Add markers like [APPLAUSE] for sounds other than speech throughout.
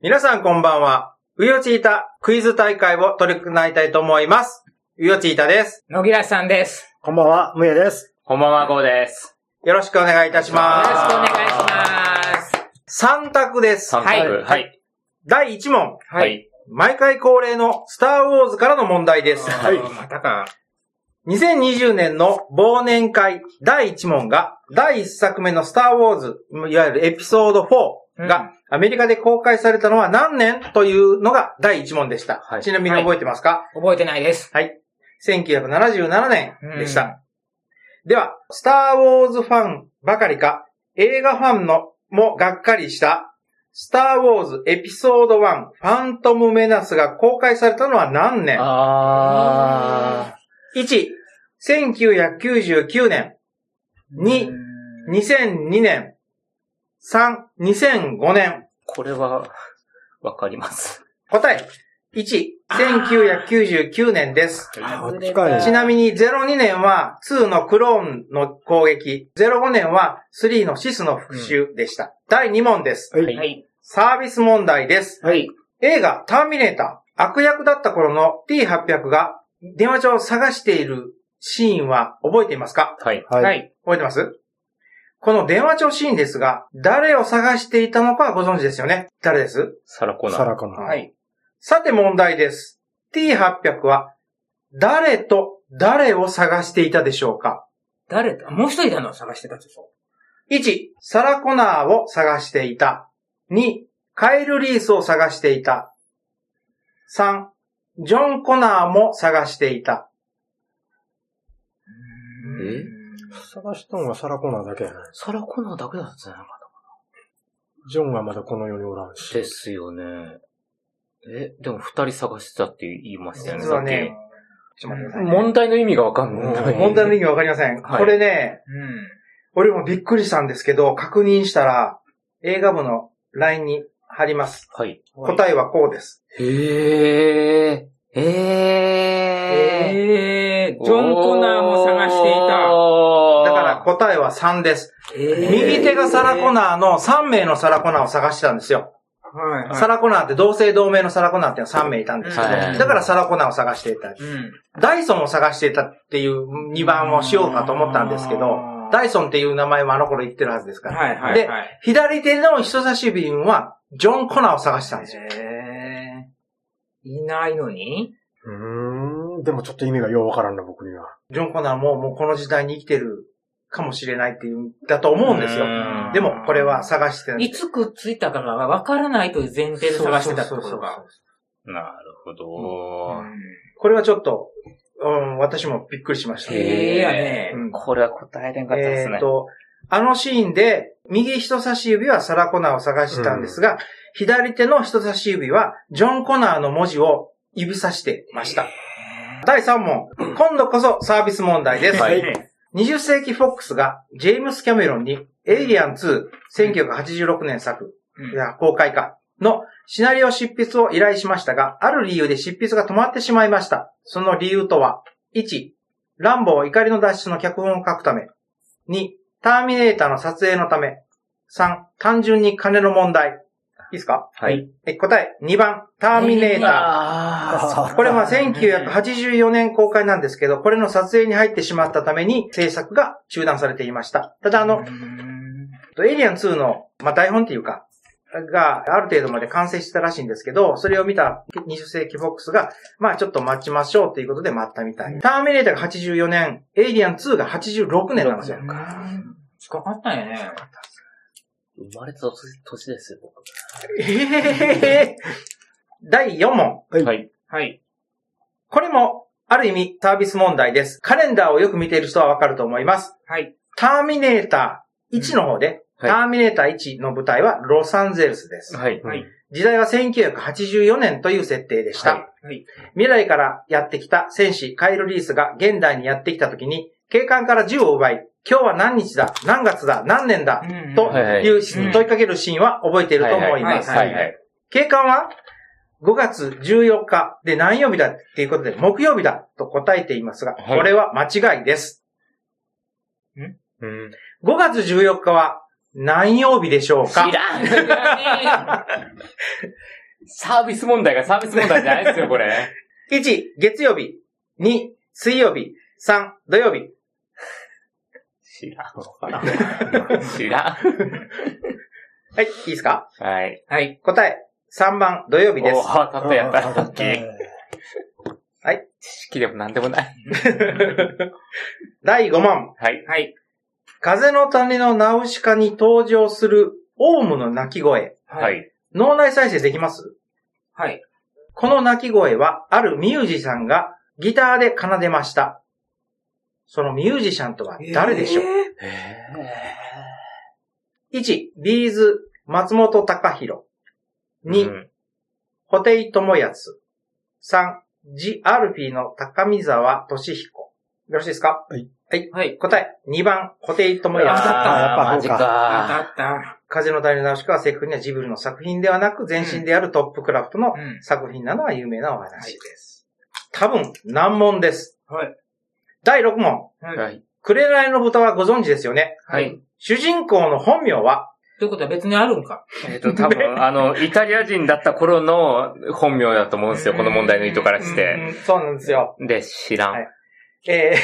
皆さんこんばんは。ウヨチータクイズ大会を取り組みたいと思います。ウヨチータです。野木らさんです。こんばんは、むやです。こんばんは、こうです。よろしくお願いいたしよろしくおま願いします。す。3択です。三択。はい。第1問。は。はい毎回恒例のスターウォーズからの問題です。 [LAUGHS] はい。はいまたか。 2020年の忘年会第1問が、第1作目のスターウォーズ、いわゆるエピソード4うが、アメリカで公開されたのは何年というのが第1問でした。はいちなみに覚えてますか覚えてないです。はい、1977年でしうんた。では、スターウォーズファンばかりか、映画ファンのもがっかりした、スターウォーズエピソード1ファントムメナスが公開されたのは何年あ1、1999年。2、2002年。3、2005年。ー。これは、わかります。答え、1、1999年です。あ外れこっちかたいちなみに02年は2のクローンの攻撃、05年は3のシスの復讐でした。第2問です。はい。い。サービス問題です。はい。映画、ターミネーター、悪役だった頃の T800 が電話帳を探しているシーンは覚えていますかはい。はい。はい。覚えてますこの電話帳シーンですが、誰を探していたのかはご存知ですよね。誰ですサラコナさらー。かな。はい。さて問題です。T800 は、誰と誰を探していたでしょうか誰だもう一人だの探してたでしょ ?1、サラ・コナーを探していた。2、カイル・リースを探していた。3、ジョン・コナーも探していた。え探したのはサラコナーだけやね。サラコナーだけだったんじゃないかな。ジョンはまだこの世におらんし。ですよね。え、でも二人探してたって言いましたよね、実はねさ、ちょっと待っってくだき。さいね問題の意味がわかんない。問題の意味わかりません。はいこれね、うん。俺もびっくりしたんですけど、確認したら、映画部の LINE に貼ります。はい。答えはこうです。へえ。ー。ええー。ー、ジョン・コナーも探していだた。たから答えは3です。えー右手がサラコナーナの3名のサラコナーを探してたんですよ。ー。はい、はい。サラコナーって同姓同名のサラコナーっていうのは3名いたんですけど、はいだからサラコナーを探していた。うん。ダイソンを探していたっていう2番をしようかと思ったんですけどあ、ーダイソンっていう名前もあの頃言ってるはずですから。はい、はい。ではい、左手の人差し指はジョン・コナーを探してたんですよ。えー、いないのにうーん。でもちょっと意味がようわからんな、僕には。ジョン・コナーももうこの時代に生きてるかもしれないっていう、だと思うんですよう。んでもこれは探してないいつくっついたかがわからないという前提で探してたってことそうそうそうそかう。なるほど。これはちょっと、うん、私もびっくりしました。へーええやねう。んこれは答えれんかったでえすっね。と、あのシーンで、右人差し指はサラ・コナーを探してたんですが、左手の人差し指はジョン・コナーの文字を指さしてました。第3問。今度こそサービス問題です。はい20世紀フォックスがジェームス・キャメロンにエイリアン2、1986年作、うんいや公開か、のシナリオ執筆を依頼しましたが、ある理由で執筆が止まってしまいました。その理由とは、1、ランボー怒りの脱出の脚本を書くため、2、ターミネーターの撮影のため、3、単純に金の問題。いいですかはい。え答え、2番、ターミネーター。あこれは1984年公開なんですけど、これの撮影に入ってしまったために制作が中断されていました。ただああの、、エイリアン2の、まあ、台本っていうか、がある程度まで完成してたらしいんですけど、それを見た20世紀フォックスが、まあちょっと待ちましょうっていうことで待ったみたい。ターミネーターが84年、エイリアン2が86年なんです [LAUGHS] よ。近かったんやね。生まれた年年ですよ、僕。ええ第4問。はいはい。はい。これも、ある意味、サービス問題です。カレンダーをよく見ている人はわかると思います。はい。ターミネーター1の方で、はいターミネーター1の舞台はロサンゼルスです。はい。ははいい。時代は1984年という設定でした。はいはい。未来からやってきた戦士カイル・リースが現代にやってきた時に、警官から銃を奪い、今日は何日だ、何月だ、何年だ、うんとはいはいいううん問いかけるシーンは覚えていると思います。はいはいはい。警官は、5月14日で何曜日だっていうことで、木曜日だと答えていますが、はいこれは間違いです。うん。 5月14日は何曜日でしょうからんサービス問題がサービス問題じゃないですよ、これ。 ?1、月曜日。2、水曜日。3、土曜日。知らん。知らはい、いいですかん。はい。はい。答え、3番土曜日おです。ー、たったやった。あさっき。知識でも何でもない。 [LAUGHS] 第5問、はい。はい。風の谷のナウシカに登場するオウムの鳴き声。は。い。脳内再生できますはい。この鳴き声は、あるミュージシャンがギターで奏でました。そのミュージシャンとは誰でしょう、ええー ?1、ビーズ、松本隆弘。2、うんホテイトモヤツ。3、ジ・アルフィーの高見沢俊彦。よろしいですかーはい。答え、2番、ホテイトモヤツ。あーあマやっぱジそうかあか。ったあっ風の谷のナウシカは正確にはジブリの作品ではなく、前身であるトップクラフトのた。うん。作品なのは有名なお話です。多分、難問です。はい。第6問。は。はいい。紅の豚はご存知ですよね。はい。主人公の本名は、ということは別にあるんか。えっと、 [LAUGHS] 多分、あの、イタリア人だった頃の本名だと思うんですよ。この問題の意図からして。うんそうなんですよ。で、知らん。はいえ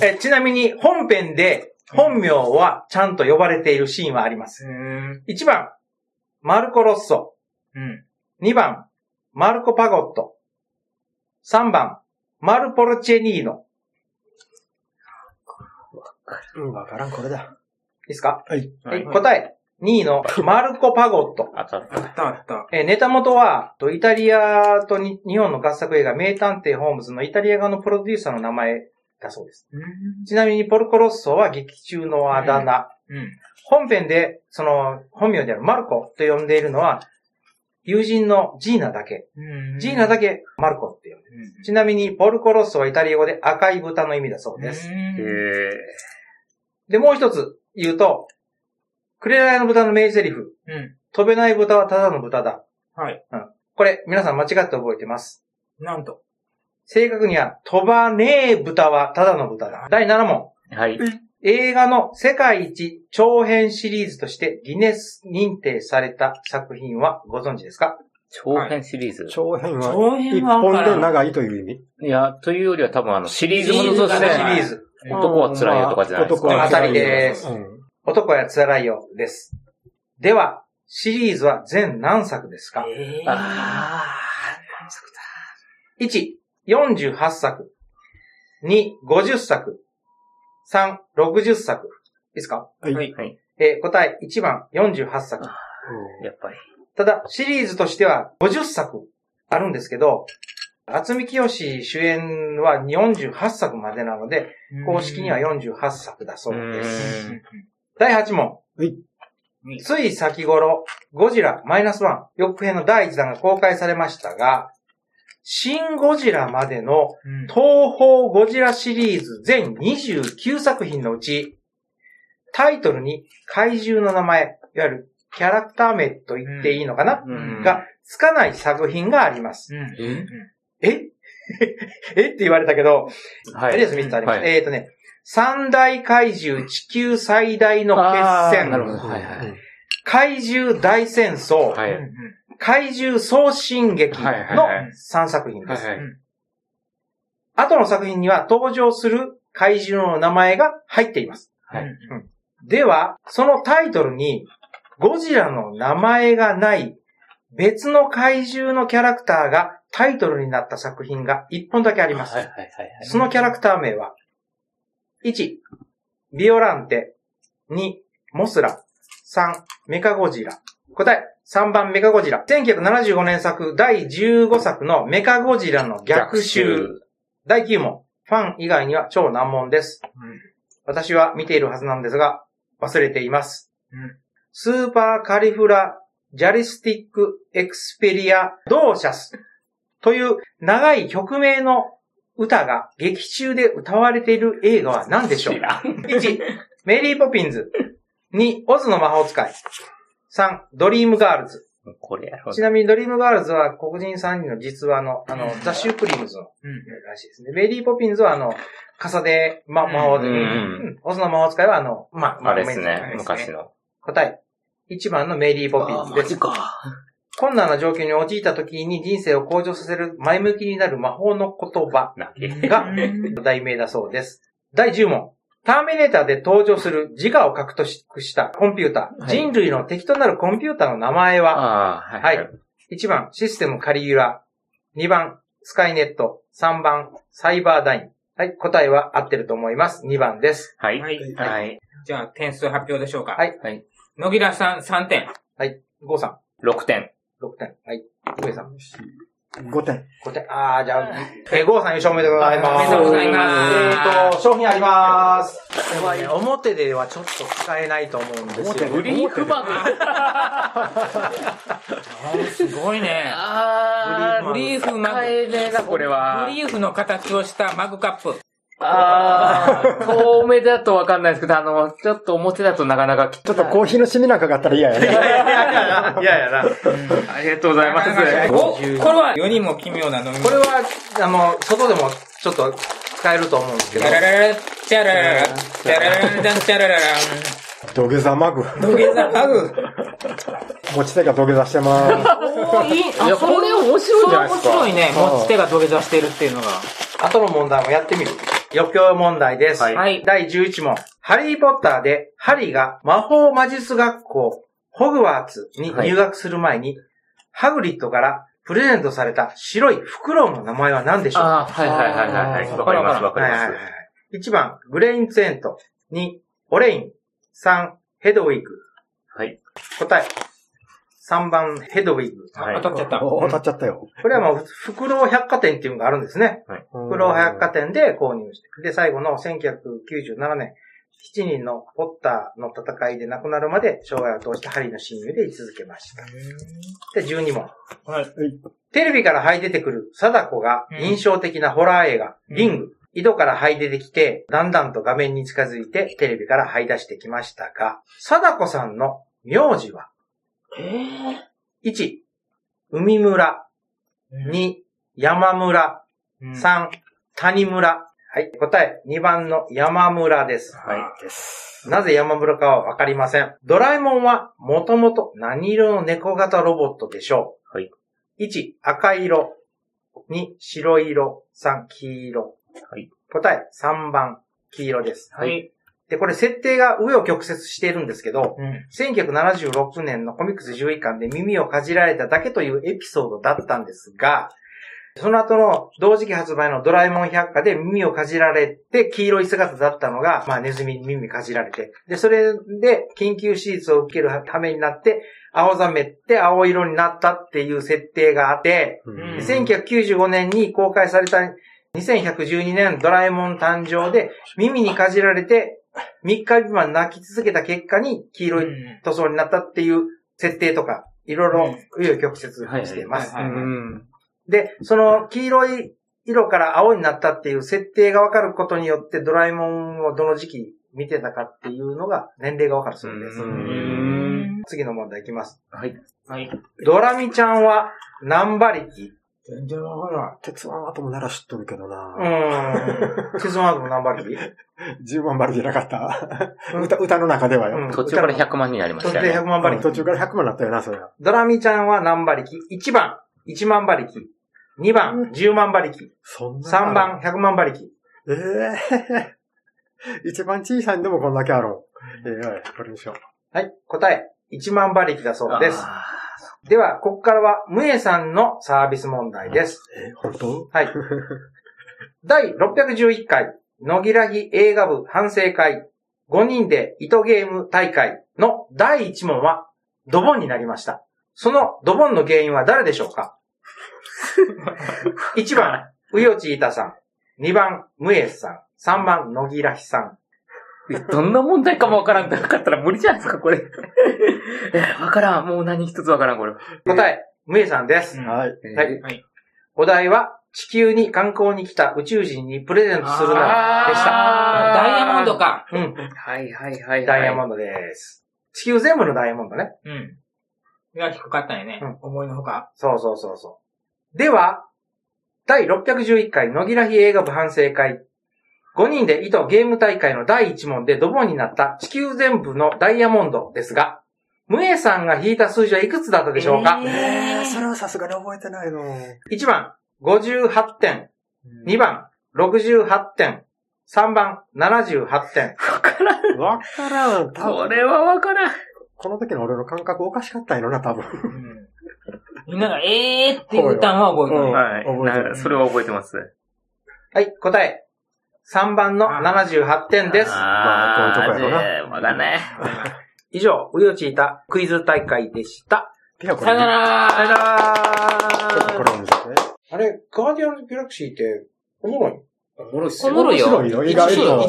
ー [LAUGHS] えちなみに、本編で本名はちゃんと呼ばれているシーンはあります。うん。 1番、マルコ・ロッソ。うん。 2番、マルコ・パゴット。3番、マルポルチェニーノ。うん、わからん、これだ。いいですかはい。はい、はい答え、2位のマルコ・パゴット。当たった。あったあった。えーネタ元は、とイタリアとに日本の合作映画、名探偵ホームズのイタリア側のプロデューサーの名前だそうです。うん。ちなみに、ポルコロッソは劇中のあだ名。うん。本編で、その、本名であるマルコと呼んでいるのは、友人のジーナだけ。うんジーナだけマルコって呼んでる。ちなみに、ポルコロッソはイタリア語で赤い豚の意味だそうです。えうーで、もう一つ言うと、クレライの豚の名台詞、ん。飛べない豚はただの豚だ。はい。これ、皆さん間違って覚えてます。なんと。正確には、飛ばねえ豚はただの豚だ。第7問。はい。映画の世界一長編シリーズとしてギネス認定された作品はご存知ですか長編シリーズ。長編は、長一編は分か本らでん長いという意味。いや、というよりは多分あの、シリーズものとしシてリシリーーズ。男は辛いよとかじゃないですかうんまあ男は辛いよ当たりですうん男やつらいようです。では、シリーズは全何作ですかえーあ何作だ ?1、48作。2、50作。3、60作。いいですかはい。はいえー答え1番48作。やっぱり。ただ、シリーズとしては50作あるんですけど、厚み清主演は48作までなので、公式には48作だそうです。うんうん第8問。はいつい先頃、ゴジラマイナスワン翌編の第1弾が公開されましたが、シン・ゴジラまでのうん東方ゴジラシリーズ全29作品のうち、タイトルに怪獣の名前、いわゆるキャラクター名と言っていいのかな、うんが、つかない作品があります。うんええ [LAUGHS] えって言われたけど、はとりあえず3つあります。はいえっ、とね、三大怪獣地球最大のあ決ーなるほ戦、ど。はいはうんい。怪獣大戦争、はうい。んはい怪獣総進撃のはいはいはい3作品です。はい。後の作品には登場する怪獣の名前が入っています。はいでは、そのタイトルに、ゴジラの名前がない別の怪獣のキャラクターがタイトルになった作品が1本だけあります。はいはいはい。そのキャラクター名は、1、ビオランテ、2、モスラ、3、メカゴジラ。答え、3番メカゴジラ。1975年作第15作のメカゴジラの逆襲。第9問。ファン以外には超難問です。うん私は見ているはずなんですが、忘れています。うんスーパーカリフラ、ジャリスティック、エクスペリア、ドーシャスという長い曲名の歌が劇中で歌われている映画は何でしょう知らん。 1、メリーポピンズ。2、オズの魔法使い。3、ドリームガールズ。これやろ。ちなみにドリームガールズは黒人3人の実話の、あの、ザ・シュープリームズのうんらしいですね。メリーポピンズはあの、傘で、ま、魔法で、ううんんオズの魔法使いはあの、ま、まあれですごめんなさねい。昔の。答え、1番のメリー・ポピンズです。か。困難な状況に陥った時に人生を向上させる前向きになる魔法の言葉なげ。が題名だそうです。第10問。ターミネーターで登場する自我を獲得したコンピューター、はい人類の敵となるコンピューターの名前は、ああ、はい。はい。1番システムカリギュラ、2番スカイネット、3番サイバーダイン。はい、答えは合ってると思います。2番です。はい。ははいい。はい。じゃあ、点数発表でしょうか。はい。はい。野木良さん3点。 5さ6点。ん、6点。はい、上さん、 5点。 5点。あー、じゃあ、えー、ゴーさん優勝おめでとうございます。おめでとうございますえっと、商品あります。でもね、表ではちょっと使えないと思うんですよ。表でリーフ [LAUGHS] バグ。すごいね。あブリーフマグ使えねえな、これはブ。リーフの形をしたマグカップ。ああ、遠目だとわかんないですけど、あの、ちょっと表だとなかなかきちょっとコーヒーのシミなんかがあったら嫌やね。いやいやいやいやいやな。ありがとうございます。 [LAUGHS] おこれは世にも奇妙な飲こみ物。れは、あの、外でもちょっと使えると思うんですけチどャ、ラララ、チャラララ、チャラララダン、チャラララ土下座マグ。ン。土下座マグ。持ち手が土下座しておまーいいい。やこれ面白いじゃないですかそれ面白いね。うん持ち手が土下座してるっていうのが。後の問題もやってみる。余興問題です。はいはい第11問。ハリーポッターで、ハリーが魔法魔術学校、ホグワーツに入学する前に、ハグリッドからプレゼントされた白いフクロウの名前は何でしょうああ、はいはいはいはいはい。わかりますわかりはいまはいはい1番、グレインツェント。2、オレイン。3、ヘドウィグ。す。はい。答え。3番、ヘドウィグ。はい当たっちゃっす。 [LAUGHS] た。お当たっちゃったよ。これはもう、フクロウ百貨店っていうのがあるんですね。フフクロウ百貨店で購入して、で、最後の1997年、7人のポッターの戦いで亡くなるまで、生涯を通してハリーの親友で居続けました。で、12問。はいテレビから這い出てくる貞子がうん印象的なホラー映画、うんリング。井戸から這い出てきて、だんだんと画面に近づいて、テレビから這い出してきましたが、貞子さんの名字は、1、海村、2、山村、うん3、谷村。はい、答え、2番の山村です。はい。なぜ山村かはわかりません。ドラえもんは、もともと何色の猫型ロボットでしょうはい。 1、赤色。2、白色。3、黄色。はい。答え、3番、黄色です。はい。で、これ設定が上を曲折しているんですけど、うん1976年のコミックス11巻で耳をかじられただけというエピソードだったんですが、その後の同時期発売のドラえもん百科で耳をかじられて黄色い姿だったのが、まあネズミに耳かじられて、で、それで緊急手術を受けるためになって、青ざめって青色になったっていう設定があって、うんうんで1995年に公開された2112年ドラえもん誕生で耳にかじられて3日未満泣き続けた結果に黄色い塗装になったっていう設定とか、いろいろ紆余曲折していますは。いはいはいうん。で、その黄色い色から青になったっていう設定がわかることによってドラえもんをどの時期見てたかっていうのが年齢がわかるそうです。うん次の問題いきます。はい。はい。ドラミちゃんは何馬力全然わからない。鉄腕アトムなら知っとるけどなう。ーん。シズマーも何馬力10万バルじゃなかった。歌、歌の中ではよ。途中から100 100万になりま途し中たでね100。万馬力。途中から100万だったよな、それは。ドラミちゃんは何馬力 ?1 番、1万馬力。2番、10万馬力。そんな。 3。番、100万馬力。ええ。 [LAUGHS] 一番小さいんでもこんだけあろう。ええ、これにしよはい、答え、1万馬力だそうです。あでは、ここからは、ムエさんのサービス問題です。う。え、本当はい。第611回、野木らぎ映画部反省会、5人で糸ゲーム大会の第1問は、ドボンになりました。そのドボンの原因は誰でしょうか ?1 番、うよちいたさん。2番、むえさん。3番、野木らひさん。ーどんな問題かもわからんなかったら無理じゃないですか、これ。 [LAUGHS] えーわからん。もう何一つわからん、これ。答え、むえさんです。うんはい。えーはいお題は、地球に観光に来た宇宙人にプレゼントするな、でした。ああーダイヤモンドか。うん、はいはいはいはい。ダイヤモンドです。地球全部のダイヤモンドね。うん。が低かったんやね。うん思いのほか。そうそうそうそう。では、第611回野木らひ映画部反省会5人で糸ゲーム大会の第1問でドボンになった地球全部のダイヤモンドですが、ムエさんが引いた数字はいくつだったでしょうか、えーそれはさすがに覚えてないの。 ?1 番、58点。2番、68点。3番、78点。わからん。わからん。多こ分れはわからん。この時の俺の感覚おかしかったんやろな、多分。みんなが、えーって言うたんは覚えてうんる。はい。覚えてるなそれは覚えてます。はい、答え。3番の78点です。まあこういうとこやろなな。わかんない。以上、ウヨチータクイズ大会でした。てかこされよならさよならこれ面白いね。あれ、ガーディアンズ・ギャラクシーって、おもろいおもろいっすおもよ。ろいよ。面白いよ、意外と。 1、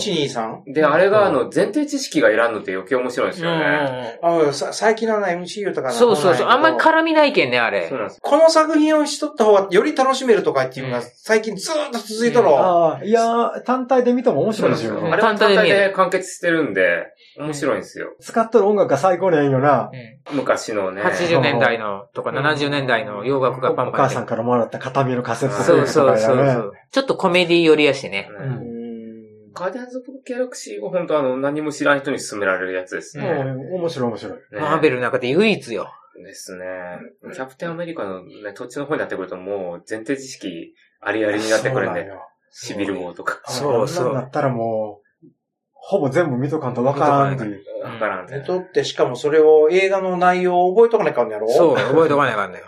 2、3? で、あれが、あの、前提知識がいらんのって余計面白いんですよね。あさ最近のな MCU とかなそうそうそう。あんまりか、絡みないけんね、あれそう。なんですよ。この作品をしとった方がより楽しめるとかっていうのが最近ずーっと続いとろ。ああ、いやー、単体で見ても面そ白いうなでんですすよよ。んあれは単単体体で見えで完結してるんで、面白いんですよ。使っとる音楽が最高ねんよな。う昔のんね。 80年代のとか70年代の洋楽がパンおパン母入さっんてからもらった片身のカセットテそーうプとそかうそやうそね。う。ちょっとコメディ寄りやしね。うねんガーディアンズ・オブ・ギャラクシーは本当あの、何も知らん人に勧められるやつですうね。ん面白い面白い。ねマーベルの中で唯一よ。ですね。キャプテンアメリカのね、土地の方になってくるともう前提知識ありありになってくるんそうなんで、よシビル王とか。そうそうあんなんだったらもう、ほぼ全部見とかんとわからんっていう。んわからんえねっ。とって、しかもそれを映画の内容を覚えとかないかんのやろそう、覚えとかないかんね。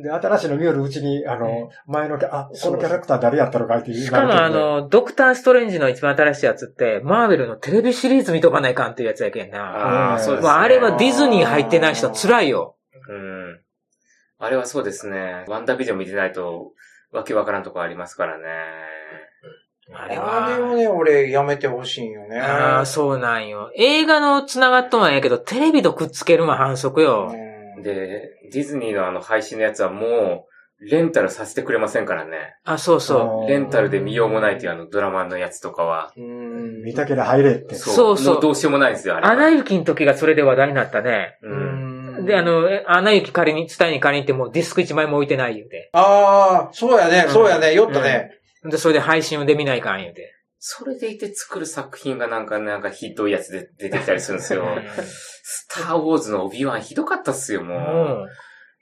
で、新しいの見よるうちに、あの、前のキャ、あ、このキャラクター誰やったのかいっていう。しかもあ、の、ドクター・ストレンジの一番新しいやつって、マーベルのテレビシリーズ見とかないかんっていうやつやけんな。ああ、そうですね。まあ、あれはディズニー入ってない人は辛いよ。うん。あれはそうですね。ワンダービジョン見てないと、わけわからんとこありますからね。ああれれはを。ね、俺やめてほしいんよね。ああ、そうなんよ。映画の繋がっとんやけど、テレビとくっつけるも反則よ。うんで、ディズニーのあの配信のやつはもう、レンタルさせてくれませんからね。あ、そうそレンタルで見ようもないっていうあのドラマのやつとかは。うん見たけりゃ入れって。そうそうもうどうしようもないんですよ、う。あれは。アナ雪の時がそれで話題になったね。ううん。んで、あ、の、えアナ雪仮に、伝えに仮に行ってもうディスク一枚も置いてない言うて。ああ、そうやね、そうやね、酔ったね。で、それで配信をで見ないかん言うて。それでいて作る作品がなんか、なんかひどいやつで出てきたりするんですよ。スターウォーズのオビワンひどかったっすよ、もうう。ん。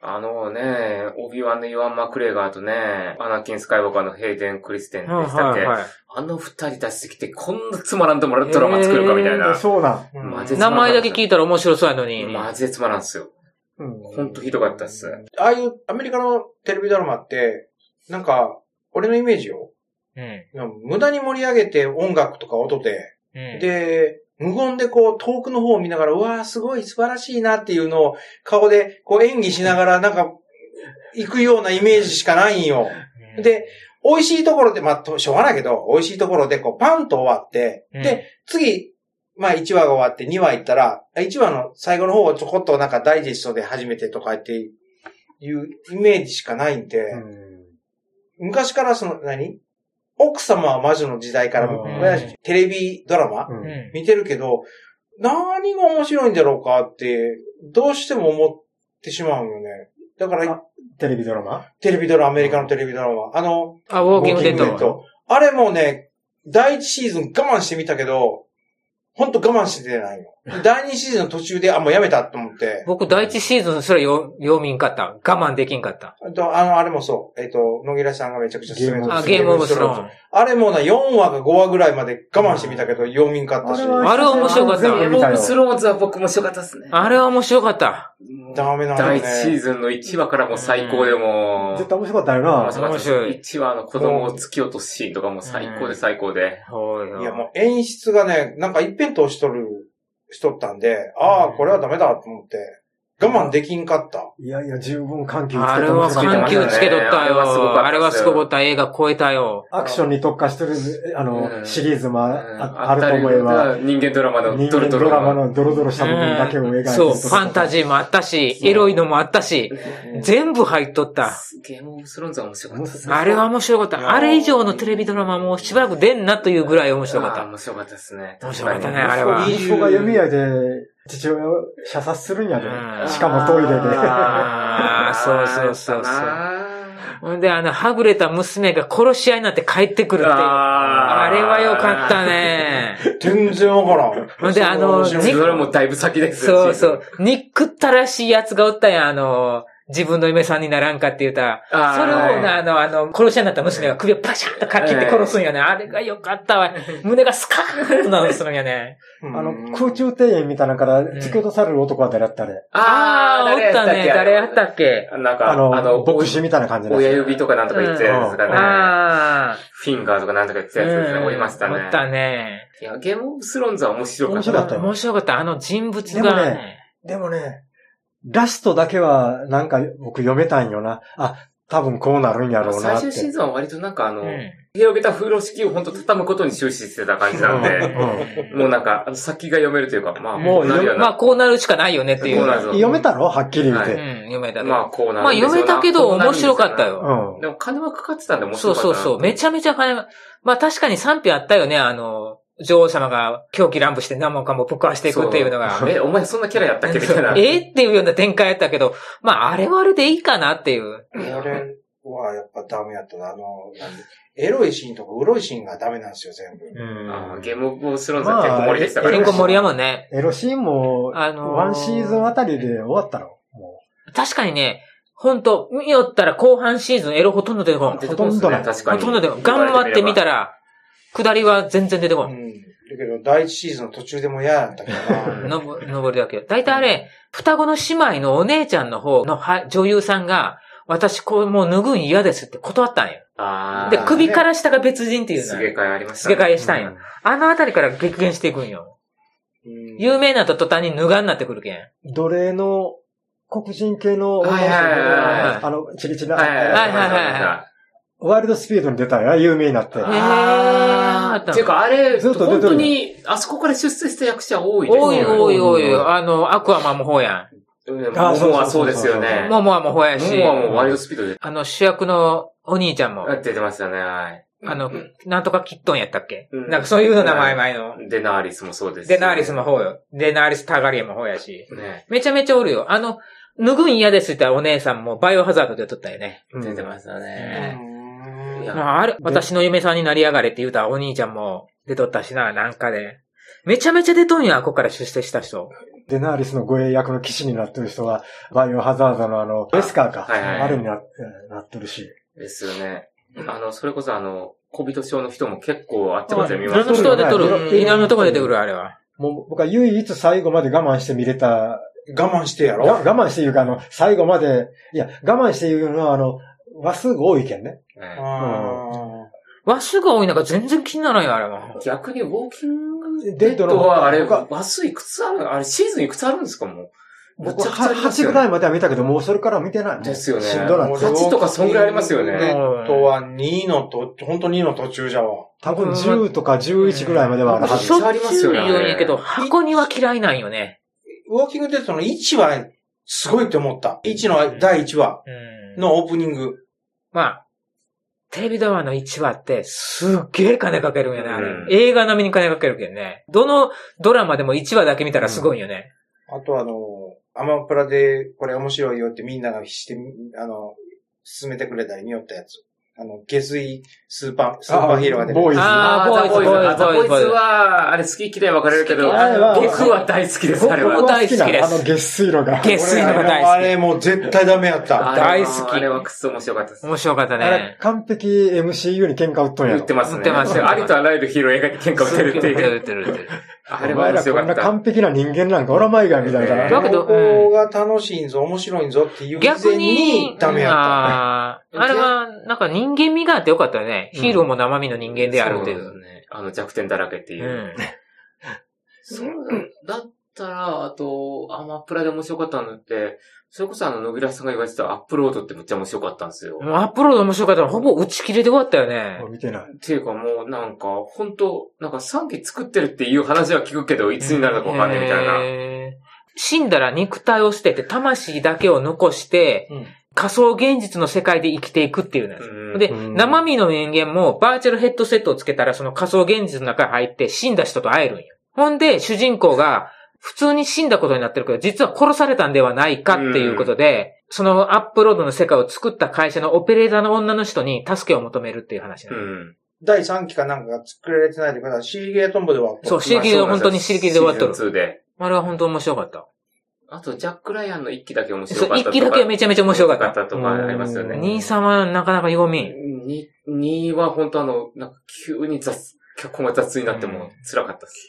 あのね、オビワンのヨアン・マクレーガーとね、アナキン・スカイウォーカーのヘイデン・クリステンでしたっはいけはい。あの二人出してきて、こんなつまらんドラドラマ作るかみたいへな。そうなん。うんマジで名前だけ聞いたら面白そうやのに。マジでつまらんっすよ。うんほんとひどかったっす。ああいうアメリカのテレビドラマって、なんか、俺のイメージよ。うん。無駄に盛り上げて音楽とか音で、うん、で、無言でこう遠くの方を見ながら、うわーすごい素晴らしいなっていうのを顔でこう演技しながらなんか行くようなイメージしかないんよ。うんで、美味しいところで、まあと、しょうがないけど、美味しいところでこうパンと終わって、うんで、次、まあ1話が終わって2話行ったら、1話の最後の方をちょこっとなんかダイジェストで始めてとかっていうイメージしかないんで、うん昔からその、何奥様は魔女の時代から、うん昔テレビドラマ、うんうん見てるけど、何が面白いんだろうかって、どうしても思ってしまうよね。だからあ、テレビドラマテレビドラマ、アメリカのテレビドラマ。あの、あ、ウォーキングデッウォーキングデッドド。あれもね、第一シーズン我慢してみたけど、ほんと我慢してない [LAUGHS] の。第二シーズンの途中で、あ、もうやめたと思って。僕、第一シーズンすら読読みんかった。我慢できんかった。あと、あの、あれもそう。えっ、と、野木らさんがめちゃくちゃ勧めゲームたあ、ゲームオブスローン。あれもな、4話か5話ぐらいまで我慢してみたけど、読みんかったしあれ、はあれは面白かった。全部見たよスローズは僕面白かったっすね。あれは面白かった。ダメなんだ第よ1シーね。ズンの1話からもう最高でもう絶対面白かったよ面な。白かったっす面白い1話の子供を突き落とすシーンとかもう最高で最高で。そうよいや、もう演出がね、なんか一辺倒しとる、しとったんで、ああ、これはダメだと思って、我慢できんかった。いやいや、十分緩急つけてあれは緩急つけとったあれはすごかったっすよ。よあれはすごかった。映画超えたよ。アクションに特化してる、あうの、んシリーズもあうんああると思えば、。人間ドラマの人間ドロドドロラマの。のドロドロした部分だけを描いてるそう、ファンタジーもあったし、エロいのもあったし、全部入っとった。ゲームオブスローンズは面白かったっすね。あれは面白かっいた。やあれ以上のテレビドラマもしばらく出んなというぐらい面白かあーっ面白かったっすね。面白かったね確かにあれは息子が指輪で父親を射殺するんやでうん。しかもトイレで。あーそうそうそうそうあったなーほんで、あの、はぐれた娘が殺し合いになって帰ってくるっていう。ああれは良かった。ね。全然わからん。ほんで、あの、そそうにれはもうだいぶ先ですよそうそう。。憎ったらしい奴がおったやん、あの、自分の嫁さんにならんかって言うたら。それそれをな、あの、あの、殺し屋になった娘が首をパシャンとかっ切って殺すんよね。あれが良かった [LAUGHS] わ。胸がスカーンとなるんするんよね。うんあの、空中庭園みたいなのから突き落とされる男は誰だったあれ。あー、ーおったね。誰やったっっけけなんか、ああの、の、牧師みたいな感じの親やつ。指とかなんとか言ってたやつがね、ああ。フィンガーとかなんとか言ってたやつですね、おりましたおったね。ね。いや、ゲームオブスローンズは面白かっ面白かったた。よ面白かった。あの人物でもがねね。でもね、ラストだけはなんか僕読めたんよな。あ、多分こうなるんやろう最なって。終シーズンは割となんかあの、うん広げた風呂敷をほんと畳むことに終始してた感じなんで、もうなんか、あの先が読めるというか、まあ、もうこなるよまあ、な。こうなるしかないよねっていう。こうなうる読めたろはっきり言っはて。ん、読めた。まあ、まこうなあ、るんですよ読めたけど面白かった。こよ。うんうなるんですよな。でも金はかかってたんで面そ白うかったそな。うそう。めちゃめちゃ金が、まあ確かに賛否あったよね。あの、女王様が狂気乱舞して何もかもぶっ壊していくっていうのがそ。 [LAUGHS] え、お前そんなキャラやったっけみたいな。えっていうような展開やったけど、まああれはあれでいいかなっていう。俺はやっぱダメやったな。あの、何エロいシーンとかウロいシーンがダメなんですよ、全部。あうーん。ゲームオブスローンズは結構盛りでしたから結ね。構盛りやもんね。エロシーンも、あのーワンシーズンあたりで終わったろ。も確かにね、ほんと、見よったら後半シーズンエロほとんど出てこん。出ほてこっすほねとんどない確かに。とんど出てこん。頑張ってみたら、下りは全然出てこ。うんん。だけど、第一シーズンの途中でも嫌だったけどな。のぼ、登りだけど。大体あれ、双子の姉妹のお姉ちゃんの方のは女優さんが、私こう、もう脱ぐん嫌ですって断ったんよ。あーで、首から下が別人っていうすのげよ。替えありましたすげね。替えう。したんよ。あのあたりから激減していくんよ。うん有名なと途端に脱がんなってくるけん。うん奴隷の黒人系の女の人はいはいはいはいあの、チリチリはいはいはいはいはいはいはワイルドスピードに出たよ、有名になって。い。ねあーっていうか、あれ、ずっと出てる本当に、あそこから出世した役者多いですおいおいおい、あ、あの、アクアマンもほうやうんあモモはそうですよねん。。モモモアもほうやし、モはもうワイルドスピードであの、主役のお兄ちゃんも、出てましたね。はい。あのうん、なんとかキットンやったっけうんなんかそういうの名前前の。デナーリスもそうですし。デナーリスもほうよ。デナーリス・タガリエもほうやし。ね。めちゃめちゃおるよ。あの、脱ぐん嫌ですって言ったらお姉さんもバイオハザードで撮ったよね。うん出てましたね。うんいやまあ、あれ、私の嫁さんになりやがれって言うたらお兄ちゃんも出とったしな、なんかで。めちゃめちゃ出とんや、ここから出世した人。デナーリスの護衛役の騎士になってる人は、バイオハザードのあの、ウェスカーか。はいはいはいあれにななってるし。ですよね。あの、それこそあの、小人症の人も結構あっちこっちで見いまろしんなたね。人は出とそうだよる。ねいろんなとこ出てくる、あれは。もう僕は唯一最後まで我慢して見れた、我慢してやがろ我慢して言うか、あの、最後まで、いや、我慢して言うのは、あの、話数が多いけんね。ねあ和数が多い中全然気にならんよ、あれは。逆にウォーキングデデッッドドのはあれ、僕は話数いくつあるあれ、シーズンいくつあるんですかもう。め僕ちはゃくちゃあります8よぐらいね。までは見たけど、もうそれからは見てない。ですよねしんどなって。俺8とかそんぐらいありますよねネットは2のと、本当2の途中じゃわ。多分10とか11ぐらいまではあるはうんずし。ょっちゅう言うんやけど、め箱には嫌いなんよね。ウォーキングデッドの1は、すごいって思った。1の第1話うんのオープニング。まあ、テレビドラマの1話ってすっげえ金かけるんやね、あれ。うん映画並みに金かけるけどね。どのドラマでも1話だけ見たらすごいよね。あとあの、アマプラでこれ面白いよってみんながして、あの、勧めてくれたり見よったやつ。あの、下水スーパー、スーパーヒーローが出てボーイる。ズ。ああーボーイズザボーイズボーイズは、あれ好き嫌い分かれるけ好ど、僕き嫌いはは大好きです、あれ僕はも。大好きです僕もなあの、月水路が。下水のが俺あ大好れもう絶対ダメやった。あれは大好きあれはくっそ面白かったですき。。面白かったあれね、。完璧 MCU に喧嘩売っとんや売っろて。ますね。売ってますありとあらゆるヒーロー映画に喧嘩を売ってるっていう。出てる出てる。あおれは前面ら白こかんっなた。完璧な人間なんかおらまいが、みたいだな。けどここが楽しいんぞ、面白いんぞっていう以逆前にに、ダメやった。あーあれは、なんか人間味があってよかったよね。うんヒーローも生身の人間であるっていそうう。ですね。あの弱点だらけっていうう。ん。そうだったら、あと、アマプラで面白かったのって、それこそあの、野木さんが言われてたアップロードってめっちゃ面白かったんですよ。もうアップロード面白かったらほぼ打ち切れで終わったよねもう。見てない。っていうかもうなんか、本当なんか3期作ってるっていう話は聞くけど、いつになるのかわかんないみたいな。へー死んだら肉体を捨てて魂だけを残して、うん仮想現実の世界で生きていくっていうのです。うんで、うん生身の人間もバーチャルヘッドセットをつけたらその仮想現実の中に入って死んだ人と会えるんよ。ほんで、主人公が普通に死んだことになってるけど、実は殺されたんではないかっていうことで、そのアップロードの世界を作った会社のオペレーターの女の人に助けを求めるっていう話なうの、ん。第3期かなんかが作られてないというか、シーゲートンボでは、そう、シリキで本当にシリキで終わっとる。シーズン2で。あれは本当面白かった。あと、ジャック・ライアンの一期だけ面白そかう、ったとか。一期だけめちゃめちゃ面白かった。とかありますよね。兄さんはなかなか弱み。に、には本当あの、なんか急に雑、脚本が雑になっても辛かったです。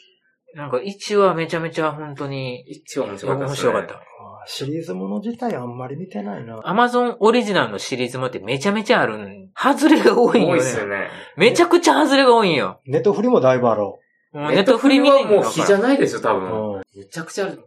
なんか一はめちゃめちゃ本当に一応面白かった面です、ね。白かった。シリーズもの自体あんまり見てないな。アマゾンオリジナルのシリーズもってめちゃめちゃあるん。外れが多いんよ多ねいっ。すよね。めちゃくちゃ外れが多いんよ。ネットフリもだいぶあろもうネットフリ見ないはもう日じゃないでしょ、多う。分。うん。めちゃくちゃある。ネッ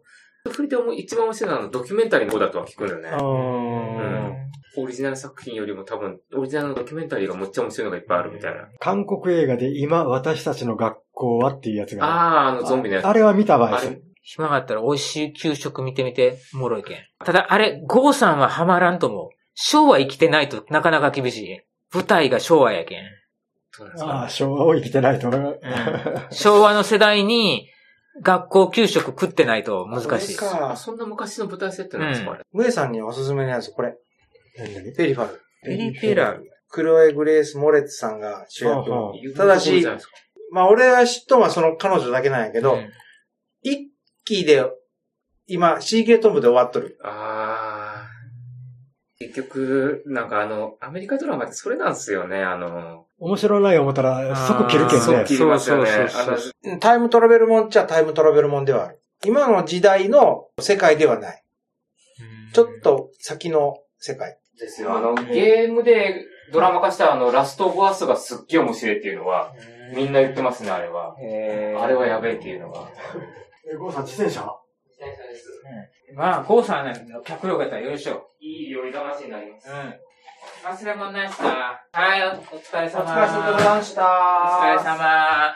トフリでも一番面白いのはあのドキュメンタリーの方だとは聞くんだよね。うんオリジナル作品よりも多分、オリジナルのドキュメンタリーがめっちゃ面白いのがいっぱいあるみたいな。韓国映画で今私たちの学校はっていうやつあがああ、あのゾンビのやつ。あれは見た場合あですれ。暇があったら美味しい給食見てみて、おもろいけん。ただ、あれ、ゴーさんはハマらんと思う。昭和生きてないとなかなか厳しい。舞台が昭和やけん。どうなんですああ、か昭和を生きてないと思 [LAUGHS] う。昭和の世代に学校給食食ってないと難しい。これかあ、そんな昔の舞台設定なんですか、うんあれ。上さんにおすすめのやつ、これ。何々ペリファル。ペリペラル。クロエ・グレース・モレッツさんが主役。はあはあただ有名しなところじゃないですかまあ、俺が知っとんはその彼女だけなんやけど、一期で、今、シーゲートンボで終わっとる。あー。結局、なんかあの、アメリカドラマってそれなんですよね、あの、面白ない思ったら即切るうけんそうね。切りますよね。そうそうあそうのタイムトラベルもんじゃタイムトラベルもんではある。今の時代の世界ではない。ちょっと先の世界。ですよ。あの、ゲームでドラマ化したあの、ラストオブアスがすっげえ面白いっていうのは、みんな言ってますね、あれは。あれはやべえっていうのは。え、ゴーさん自転車まあ、ゴーさんの脚力やったらよいしょ。いい料理魂になります。忘れ物ないっすかはい、お疲れ様。お疲れ様でした。お疲れ様。